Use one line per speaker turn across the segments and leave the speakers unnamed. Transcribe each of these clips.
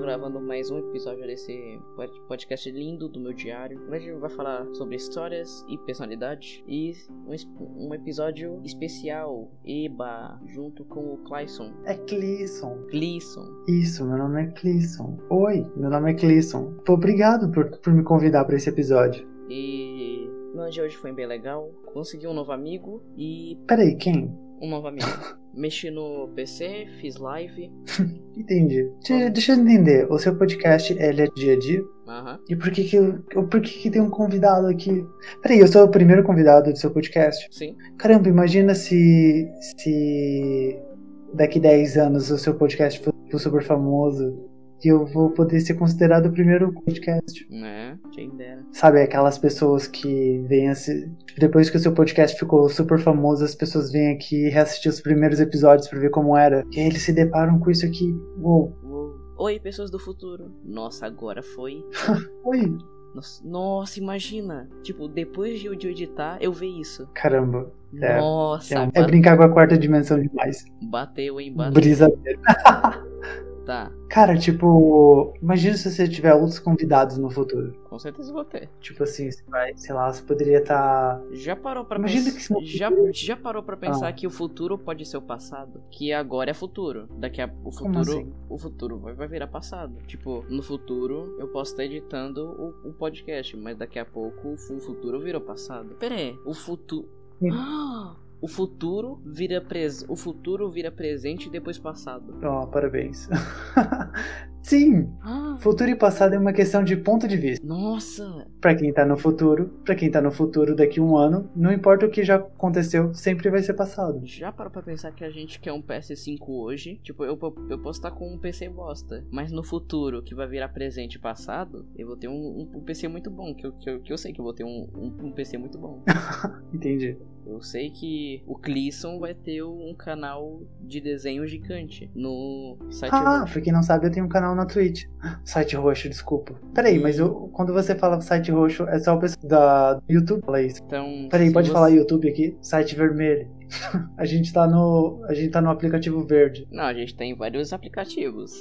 gravando mais um episódio desse pod- podcast lindo do meu diário. Onde a gente vai falar sobre histórias e personalidade. E um, es- um episódio especial, EBA, junto com o Clayson.
É Cleason.
Gleason.
Isso, meu nome é Cleason. Oi, meu nome é Cleason. Pô, obrigado por, por me convidar pra esse episódio.
E. Meu dia hoje foi bem legal. Consegui um novo amigo e
Peraí, quem?
um novo amigo. Mexi no PC, fiz live.
Entendi. Deixa, deixa eu entender. O seu podcast ele é dia a dia?
Aham.
E por que que, eu- eu- por que que tem um convidado aqui? Peraí, eu sou o primeiro convidado do seu podcast?
Sim.
Caramba, imagina se. se daqui 10 anos o seu podcast for for super famoso e eu vou poder ser considerado o primeiro podcast.
Né? Quem dera.
Sabe, aquelas pessoas que vêm assim. Depois que o seu podcast ficou super famoso, as pessoas vêm aqui reassistir os primeiros episódios pra ver como era. E aí eles se deparam com isso aqui. Uou,
Uou. Oi, pessoas do futuro. Nossa, agora foi.
oi!
Nossa, nossa, imagina. Tipo, depois de eu de eu editar, eu ver isso.
Caramba, É,
nossa,
é, um- é
ba-
brincar com a quarta dimensão demais.
bateu, hein? Bateu.
Brisa
Tá,
Cara, tipo, imagina se você tiver outros convidados no futuro.
com certeza vou ter.
Tipo assim, você vai, sei lá, você poderia tá, estar.
Já parou pra
Imagina
pens-
que se não-
já, já parou para pensar
Ah.
que o futuro pode ser o passado? Que agora é futuro. Daqui a o futuro,
Como assim?
o futuro vai, vai virar passado. Tipo, no futuro eu posso estar editando o, o podcast, mas daqui a pouco o fu- o futuro virou passado. Pera aí, o futuro
Sim.
O futuro vira pres... o futuro vira presente e depois passado.
Ó, parabéns. Sim,
Ah,
futuro e passado é uma questão de ponto de vista.
nossa,
Pra quem tá no futuro, pra quem tá no futuro daqui a um ano, não importa o que já aconteceu, sempre vai ser passado.
Já parou pra pensar que a gente quer um PS5 hoje? Tipo, eu, eu posso estar com um PC bosta. Mas no futuro, que vai virar presente e passado, eu vou ter um, um- um PC muito bom. Que eu, que, eu, que eu sei que eu vou ter um, um, um PC muito bom.
Entendi.
Eu sei que o Cleason vai ter um canal de desenho gigante no site.
Ah, pra quem não sabe, eu tenho um canal na Twitch. Site roxo, desculpa. Peraí, mas eu- quando você fala site roxo, é só o pessoal da, do YouTube falar isso.
Então.
Peraí,
se
pode
você-
falar YouTube aqui? Site vermelho. a gente tá no. A gente tá no aplicativo verde.
Não, a gente tem vários aplicativos.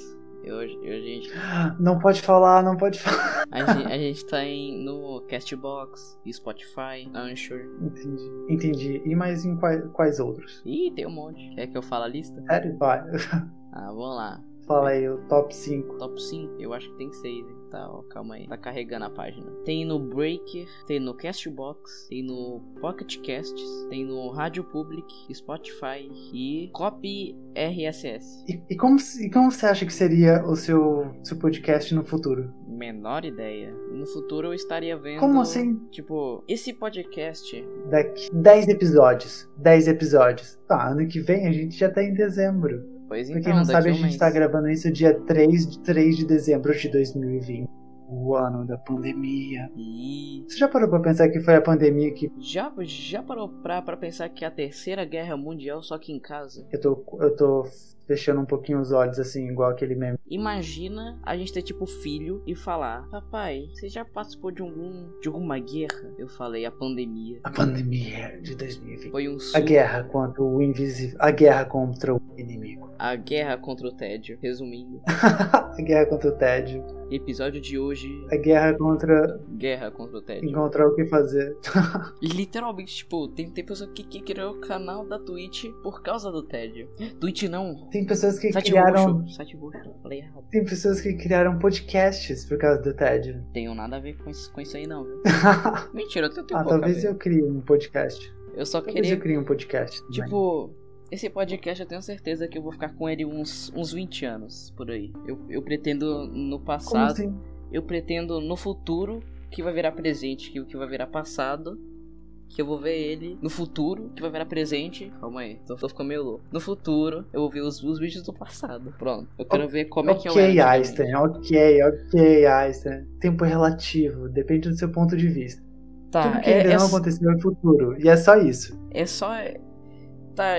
Eu, eu, a, gente,
Ah, Não pode falar, não pode falar.
a, gente, a gente tá em, no Castbox, Spotify, Anchor.
Entendi. Entendi. E mais em quais, quais outros?
Ih, tem um monte. Quer que eu fale a lista?
Sério? Vai.
Ah, vamos lá.
Fala aí, o top 5.
Top 5, eu acho que tem 6, hein? Tá, ó, calma aí. Tá carregando a página. Tem no Breaker, tem no Castbox, tem no Pocket Casts, tem no Rádio Public, Spotify e Copy RSS.
E, e como, se- e como você acha que seria o seu, seu podcast no futuro?
Menor ideia. No futuro eu estaria vendo.
Como assim?
Tipo, esse podcast.
Daqui 10 episódios. 10 episódios. Tá, ano que vem a gente já tá em dezembro.
Pois
Pra
então,
quem não
daqui
sabe, a
um
gente
mês.
tá gravando isso dia 3 de, 3 de dezembro de 2020. O ano da pandemia.
Ih,
Você já parou pra pensar que foi a pandemia que
já, já parou pra, pra pensar que é a terceira guerra mundial só que em casa?
eu tô, eu tô fechando um pouquinho os olhos, assim, igual aquele meme?
Imagina a gente ter tipo filho e falar: Papai, você já participou de algum de alguma guerra? Eu falei a pandemia.
A pandemia de 2020.
Foi um surto.
A guerra contra o invisível. A guerra contra o inimigo.
A guerra contra o tédio. Resumindo,
a guerra contra o tédio.
episódio de hoje,
A guerra contra
guerra contra o tédio.
encontrar o que fazer.
Literalmente, tipo, tem, tem pessoa que, que criou o canal da Twitch por causa do tédio. Twitch não.
Tem pessoas que
Site
criaram.
roxo. Site roxo. Falei errado.
Tem pessoas que criaram podcasts por causa do tédio.
Tenho nada a ver com isso, com isso aí não, viu?
ah,
Mentira, eu tenho tenho pouco a
talvez
ver.
eu crie um podcast.
eu só
Talvez
queria
eu crie um podcast. também.
Tipo, esse podcast eu tenho certeza que eu vou ficar com ele uns, uns 20 anos por aí. Eu, eu pretendo no
como
passado,
assim?
eu pretendo no futuro, que vai virar presente, que, que vai virar passado. Que eu vou ver ele no futuro, que vai virar presente. Calma aí, tô, tô ficando meio louco. No futuro, eu vou ver os, os vídeos do passado. Pronto, eu quero ver como é que eu
ok,
era. antigamente.
Einstein, ok, ok, Einstein. Tempo é relativo, depende do seu ponto de vista.
Tá,
Tudo que
é,
ainda
é,
não aconteceu é futuro, e é só isso.
É só. Tá.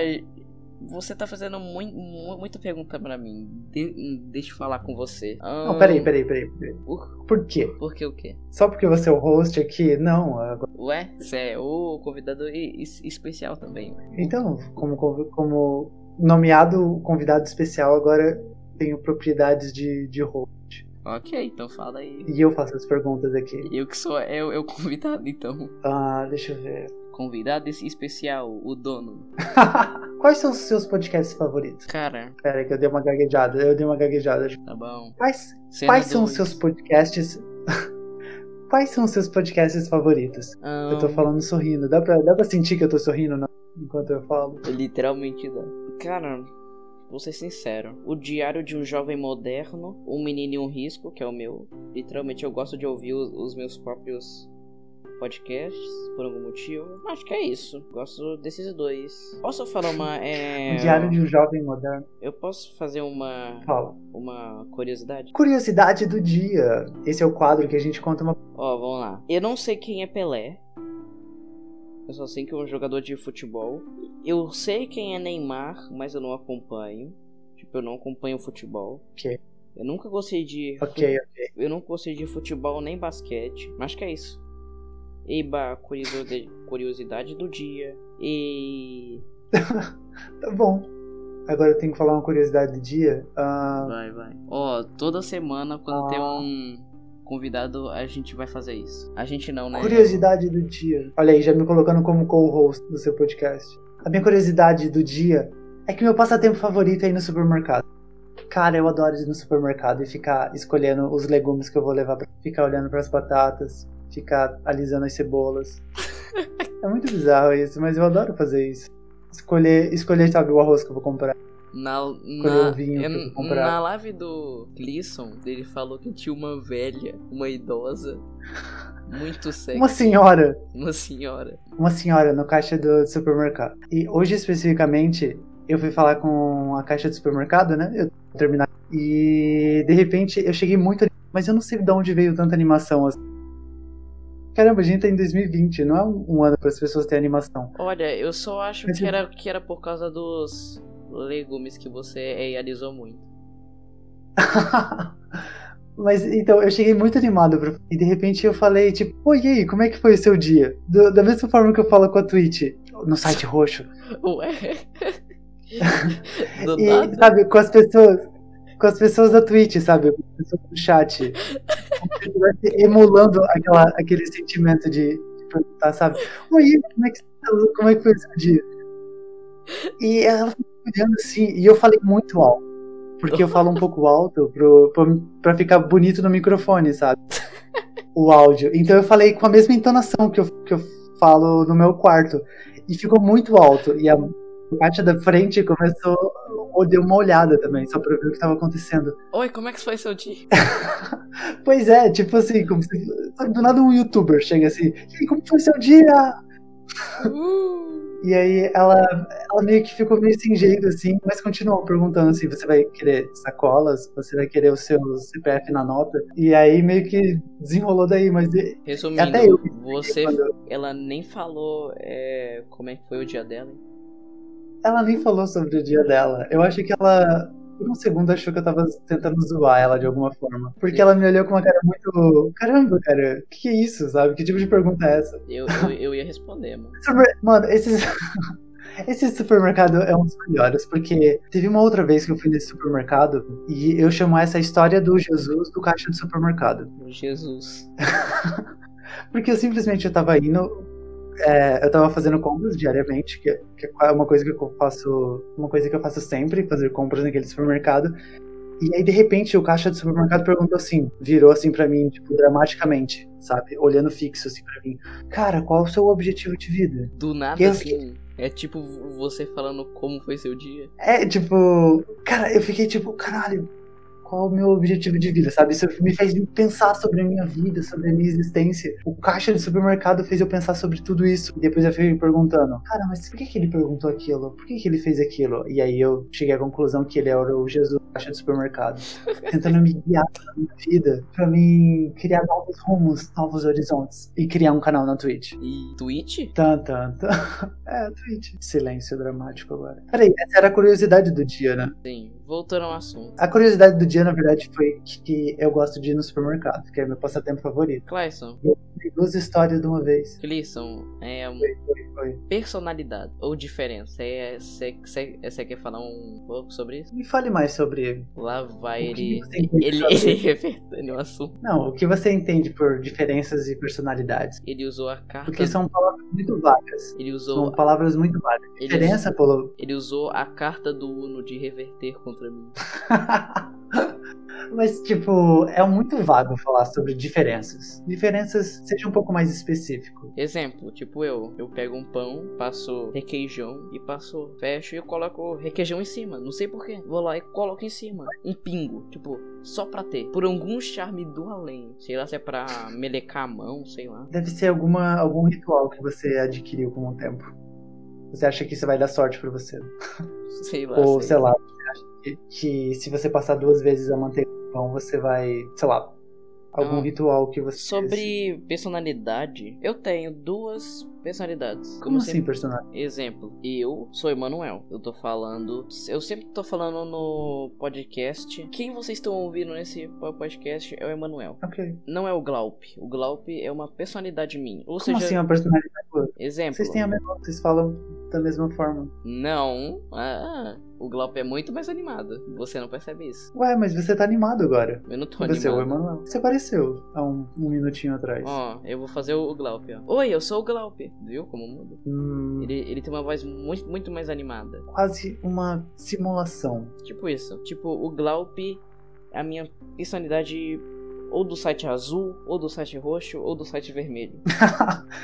Você tá fazendo mui- mu- muita pergunta pra mim. De- deixa eu falar com você.
Não,
Ahn,
peraí, peraí, peraí. peraí.
Por,
Por quê?
por que o quê?
Só porque você é o host aqui? Não. agora-
Ué, você é o convidado e- e- especial também. ué.
Então, como, conv- como nomeado convidado especial, agora tenho propriedades de, de host.
Ok, então fala aí.
E eu faço as perguntas aqui.
Eu que sou eu, eu convidado, então.
Ah, deixa eu ver.
Convidado esse especial, o dono.
Quais são os seus podcasts favoritos?
Cara,
Pera que eu dei uma gaguejada, eu dei uma gaguejada.
tá bom.
Quais,
Cena
quais são os
dois.
seus podcasts... quais são os seus podcasts favoritos?
Ahn,
Eu tô falando sorrindo, dá pra, dá pra sentir que eu tô sorrindo não? enquanto eu falo?
Literalmente dá. Cara, vou ser sincero. O Diário de um Jovem Moderno, Um Menino e um Risco, que é o meu. Literalmente eu gosto de ouvir os, os meus próprios podcasts, por algum motivo. Acho que é isso. Gosto desses dois. Posso falar uma. é,
O Diário de um Jovem Moderno
Eu posso fazer uma.
fala.
uma curiosidade?
Curiosidade do dia. Esse é o quadro que a gente conta uma.
Ó, vamos lá. Eu não sei quem é Pelé. Eu só sei que é um jogador de futebol. Eu sei quem é Neymar, mas eu não acompanho. Tipo, eu não acompanho futebol.
Ok.
Eu nunca gostei de.
Ok,
Eu não gostei de futebol nem basquete. Mas acho que é isso. Eba, curiosi- curiosidade do dia. E.
tá bom. Agora eu tenho que falar uma curiosidade do dia. Ah,
Vai, vai. Ó, toda semana quando
Ah.
tem um convidado, a gente vai fazer isso. A gente não, né?
curiosidade do dia. Olha aí, já me colocando como co-host do seu podcast. A minha curiosidade do dia é que meu passatempo favorito é ir no supermercado. Cara, eu adoro ir no supermercado e ficar escolhendo os legumes que eu vou levar pra ficar olhando pras batatas, ficar alisando as cebolas. é muito bizarro isso, mas eu adoro fazer isso. Escolher, escolher, sabe, o arroz que eu vou comprar.
Na,
Escolher
na, é,
o vinho que eu vou comprar.
na live do Gleason, ele falou que tinha uma velha, uma idosa, muito sexy,
Uma senhora,
uma senhora.
uma senhora no caixa do supermercado. E hoje especificamente, eu fui falar com a caixa do supermercado, né? Eu terminar. E de repente eu cheguei muito, mas eu não sei de onde veio tanta animação assim. Caramba, a gente tá em 2020, não é um um ano para as pessoas terem animação.
Olha, eu só acho
Mas
que
eu-
era, que era por causa dos legumes que você realizou muito.
Mas então, eu cheguei muito animado pra- e de repente eu falei, tipo, oi, e aí, como é que foi o seu dia? Do- da mesma forma que eu falo com a Twitch, no site roxo.
Ué? Do
E,
nada.
sabe, com as pessoas. Com as pessoas da Twitch, sabe? Com as pessoas do chat. Como se eu estivesse emulando aquela, aquele sentimento de, de perguntar, sabe? Oi, como é que você tá? Como é que foi o seu dia? E ela ficou olhando assim, e eu falei muito alto. Porque eu falo um pouco alto pro, pro, pra ficar bonito no microfone, sabe? O áudio. Então eu falei com a mesma entonação que eu, que eu falo no meu quarto. E ficou muito alto. E a parte da frente começou ou deu uma olhada também, só pra ver o que tava acontecendo.
Oi, como é que foi seu dia?
Pois é, tipo assim, como se, do nada um youtuber chega assim, e aí, como foi seu dia?
Uh,
E aí ela, ela meio que ficou meio sem jeito, assim, mas continuou perguntando assim, você vai querer sacolas? Você vai querer o seu CPF na nota? E aí meio que desenrolou daí, mas de-
Resumindo,
Até eu.
você,
quando-
ela nem falou é, como é que foi o dia dela. hein?
ela nem falou sobre o dia dela. Eu acho que ela, por um segundo, achou que eu tava tentando zoar ela de alguma forma. Porque ela me olhou com uma cara muito, caramba, cara, o que, que é isso, sabe? Que tipo de pergunta é essa?
Eu, eu, eu ia responder, mano.
Super- Mano, esses... esse supermercado é um dos melhores, porque teve uma outra vez que eu fui nesse supermercado e eu chamo essa história do Jesus do caixa do supermercado.
Jesus.
Porque eu simplesmente eu tava indo, é, eu tava fazendo compras diariamente, que, que é uma coisa que eu faço, uma coisa que eu faço sempre, fazer compras naquele supermercado. E aí, de repente, o caixa do supermercado perguntou assim, virou assim pra mim, tipo, dramaticamente, sabe? Olhando fixo assim pra mim. Cara, qual o seu objetivo de vida?
Do nada,
Eu
assim. É tipo você falando como foi seu dia.
É, tipo, cara, eu fiquei tipo, caralho, qual é o meu objetivo de vida, sabe? Isso me fez pensar sobre a minha vida, sobre a minha existência. O caixa de supermercado fez eu pensar sobre tudo isso. E depois eu fiquei perguntando, cara, mas por que, que ele perguntou aquilo? Por que, que ele fez aquilo? E aí eu cheguei à conclusão que ele era o Jesus do caixa de supermercado, tentando me guiar pela minha vida, pra mim criar novos rumos, novos horizontes e criar um canal na Twitch.
E Twitch?
Tan, tan, tan. É, Twitch. Silêncio dramático agora. Peraí, essa era a curiosidade do dia, né?
Sim. Voltando ao assunto.
A curiosidade do dia, na verdade, foi que eu gosto de ir no supermercado, que é meu passatempo favorito.
Clayson,
Tem duas histórias de uma vez.
Eles são é, um-
Foi, foi, foi. personalidade
ou diferença. É, você quer falar um pouco sobre isso?
Me fale mais sobre ele.
Lá vai
O que
ele.
você entende
Ele,
sobre-
ele revertendo o assunto.
Não, o que você entende por diferenças e personalidades?
Ele usou a carta.
Porque são palavras muito vagas.
Ele usou.
São palavras muito vagas.
Ele,
Diferença, pelo.
ele usou a carta do Uno de reverter contra mim.
Mas, tipo, é muito vago falar sobre diferenças. Diferenças, seja um pouco mais específico.
Exemplo, tipo eu. Eu pego um pão, passo requeijão e passo. Fecho e eu coloco requeijão em cima. Não sei porquê. Vou lá e coloco em cima. Um pingo. Tipo, só pra ter. Por algum charme do além. Sei lá se é pra melecar a mão, sei lá.
Deve ser alguma, algum ritual que você adquiriu com o tempo. Você acha que isso vai dar sorte pra você.
Sei lá.
Ou, sei lá, você acha que, que se você passar duas vezes a manteiga no pão, você vai, sei lá, algum
Ah.
ritual que você...
Sobre personalidade, eu tenho duas personalidades.
Como, assim,
sempre-
personagem?
Exemplo, eu sou Emanuel. Eu tô falando. Eu sempre tô falando no podcast. Quem vocês estão ouvindo nesse podcast é o Emanuel.
Ok.
Não é o Glaup. O Glaup é uma personalidade minha. Ou
Como
seja,
assim uma personalidade?
exemplo.
Vocês têm a mesma, vocês falam da mesma forma.
Não. Ah, o Glaup é muito mais animado. Você não percebe isso.
Ué, mas você tá animado agora.
Eu não tô
E Você, o
animado.
Emanuel. Você apareceu há um, um minutinho atrás.
Ó, eu vou fazer o Glaup, ó. Oi, eu sou o Glaup. Viu como muda?
Hum,
Ele, ele tem uma voz muito, muito mais animada.
quase uma simulação.
Tipo isso. Tipo, o Glaup, é a minha personalidade ou do site azul, ou do site roxo, ou do site vermelho.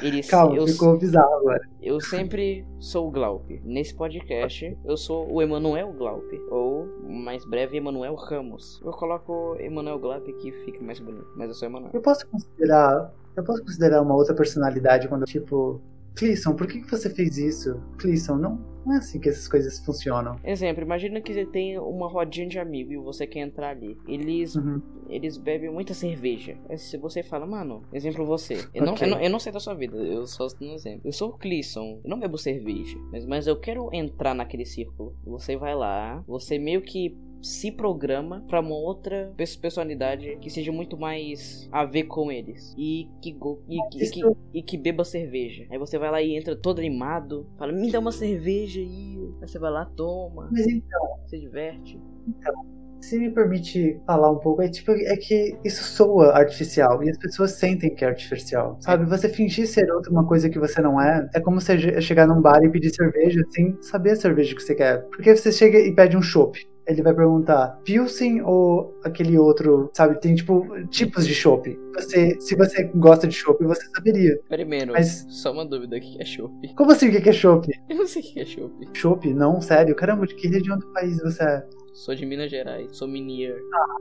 Ele,
Calma,
eu,
ficou bizarro agora.
eu sempre sou o Glaup. Nesse podcast, eu sou o Emanuel Glaup. Ou, mais breve, Emanuel Ramos. Eu coloco Emanuel Glaup que fica mais bonito. Mas eu sou Emanuel.
Eu posso considerar. Eu posso considerar uma outra personalidade quando, tipo, Cleison, por que que você fez isso? Cleison, não, não é assim que essas coisas funcionam.
Exemplo, imagina que você tem uma rodinha de amigo e você quer entrar ali. Eles
Uhum.
eles bebem muita cerveja. Aí Se você fala, mano, exemplo você. Eu, não,
Ok.
eu, não, eu não sei da sua vida, eu só estou um exemplo. Eu sou o Clisson, eu não bebo cerveja, mas, mas eu quero entrar naquele círculo. Você vai lá, você meio que se programa pra uma outra pers- personalidade que seja muito mais a ver com eles e que, go- e, que- e que,
Isso-
e que beba cerveja. Aí você vai lá e entra todo animado, fala, me dá uma cerveja aí. Aí você vai lá, toma,
Mas então,
se diverte.
se me permite falar um pouco, é tipo, é que isso soa artificial e as pessoas sentem que é artificial. Sabe, você fingir ser outra uma coisa que você não é, é como você che- chegar num bar e pedir cerveja sem saber a cerveja que você quer. Porque você chega e pede um chopp. Ele vai perguntar, Pilsen ou aquele outro, sabe? Tem, tipo, tipos de chopp. Você, se você gosta de chopp, você saberia.
Primeiro,
Mas-
só uma dúvida, o que é chope?
Como assim, o que que é chopp?
Eu não sei o que é chope.
Chopp? Não, sério. Caramba, de que região do país você é?
Sou de Minas Gerais, sou minier.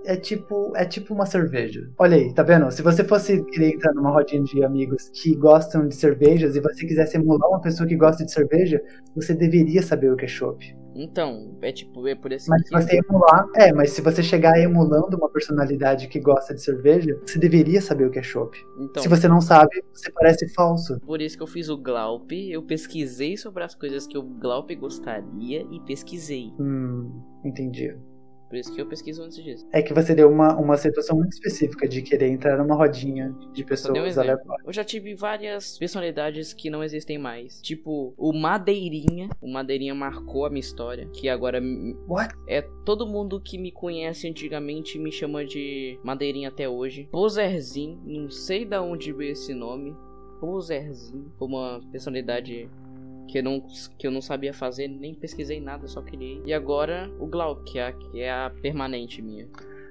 É tipo, é tipo uma cerveja. Olha aí, tá vendo? Se você fosse querer entrar numa rodinha de amigos que gostam de cervejas e você quisesse emular uma pessoa que gosta de cerveja, você deveria saber o que é chopp.
Então, é tipo, é por esse
Mas se você emular, é, mas se você chegar emulando uma personalidade que gosta de cerveja, você deveria saber o que é chopp.
Então,
Se você não sabe, você parece falso.
por isso que eu fiz o Glaup, eu pesquisei sobre as coisas que o Glaup gostaria e pesquisei.
Hum, entendi.
Por isso que eu pesquiso antes disso.
É que você deu uma, uma situação muito específica de querer entrar numa rodinha de
Só dei um
pessoas
exemplo.
aleatórias.
Eu já tive várias personalidades que não existem mais. Tipo, o Madeirinha. O Madeirinha marcou a minha história. Que agora m-
What?
é todo mundo que me conhece antigamente me chama de Madeirinha até hoje. Poserzinho, não sei da onde veio esse nome. Poserzinho, uma personalidade que eu não que eu não sabia fazer, nem pesquisei nada, só criei. E agora o Glauc, que é a, que é a permanente minha.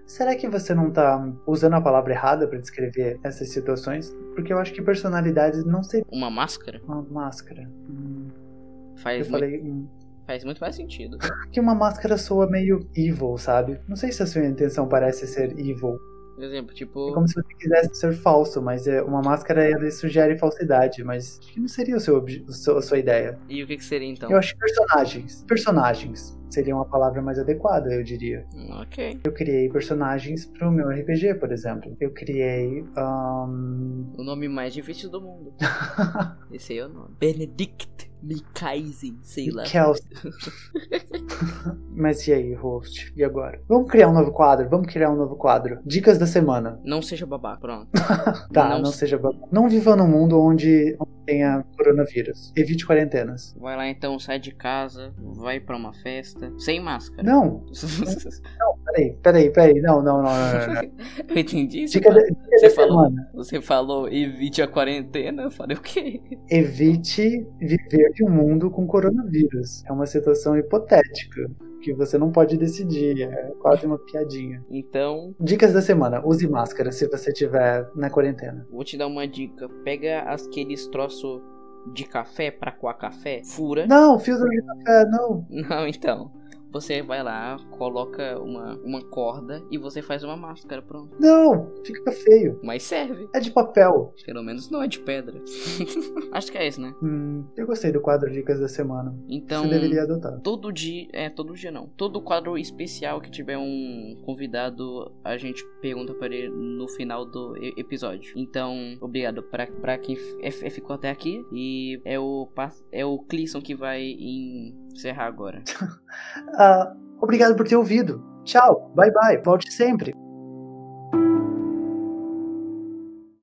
Será que você não tá usando a palavra errada pra descrever essas situações? Porque eu acho que personalidade não seria
Uma máscara
uma máscara. Hum,
faz
eu
muito,
falei hum,
faz muito mais sentido.
que uma máscara soa meio evil, sabe? Não sei se a sua intenção parece ser evil.
Por exemplo,
É
tipo,
como se você quisesse ser falso, mas é, uma máscara ela sugere falsidade, mas acho que não seria o seu obje- o seu- a sua ideia.
E o que, que seria então?
Eu acho que personagens. Personagens seria uma palavra mais adequada, eu diria.
Hum, Ok.
Eu criei personagens pro meu RPG, por exemplo. Eu criei. ahn,
O nome mais difícil do mundo. Esse aí é o nome. Benedict. Mikaizen, sei lá.
Kelsey. Mas e aí, host? E agora? Vamos criar um novo quadro? Vamos criar um novo quadro. Dicas da semana.
Não seja babaca, pronto.
Tá,
Não
não,
se-
seja babaca. Não viva num mundo onde não tenha coronavírus. Evite quarentenas.
Vai lá então, sai de casa, vai pra uma festa, sem máscara.
Não, peraí, peraí, peraí. Não, não, não, não, não, não.
Eu entendi isso.
Dica da, dica
Você
da
falou.
semana.
Você falou evite a quarentena, eu falei o quê?
Evite viver de um mundo com coronavírus. É uma situação hipotética que você não pode decidir. É quase uma piadinha.
Então,
Dicas da semana. Use máscara se você estiver na quarentena.
vou te dar uma dica. Pega aqueles troços de café pra coar café, fura.
Não, filtro de café, não.
Não, então. Você vai lá, coloca uma, uma corda e você faz uma máscara, pronto.
Não, fica feio.
Mas serve.
É de papel.
Pelo menos não é de pedra. Acho que é isso, né?
Hum, eu gostei do quadro Dicas da Semana.
Então.
Você deveria adotar.
Todo dia, é, todo dia não. Todo quadro especial que tiver um convidado, a gente pergunta pra ele no final do e- episódio. Então, obrigado pra, pra quem f- é- é- ficou até aqui. E é o, Pas- é o Clisson que vai encerrar agora.
Ah, obrigado por ter ouvido. Tchau, bye bye, volte sempre.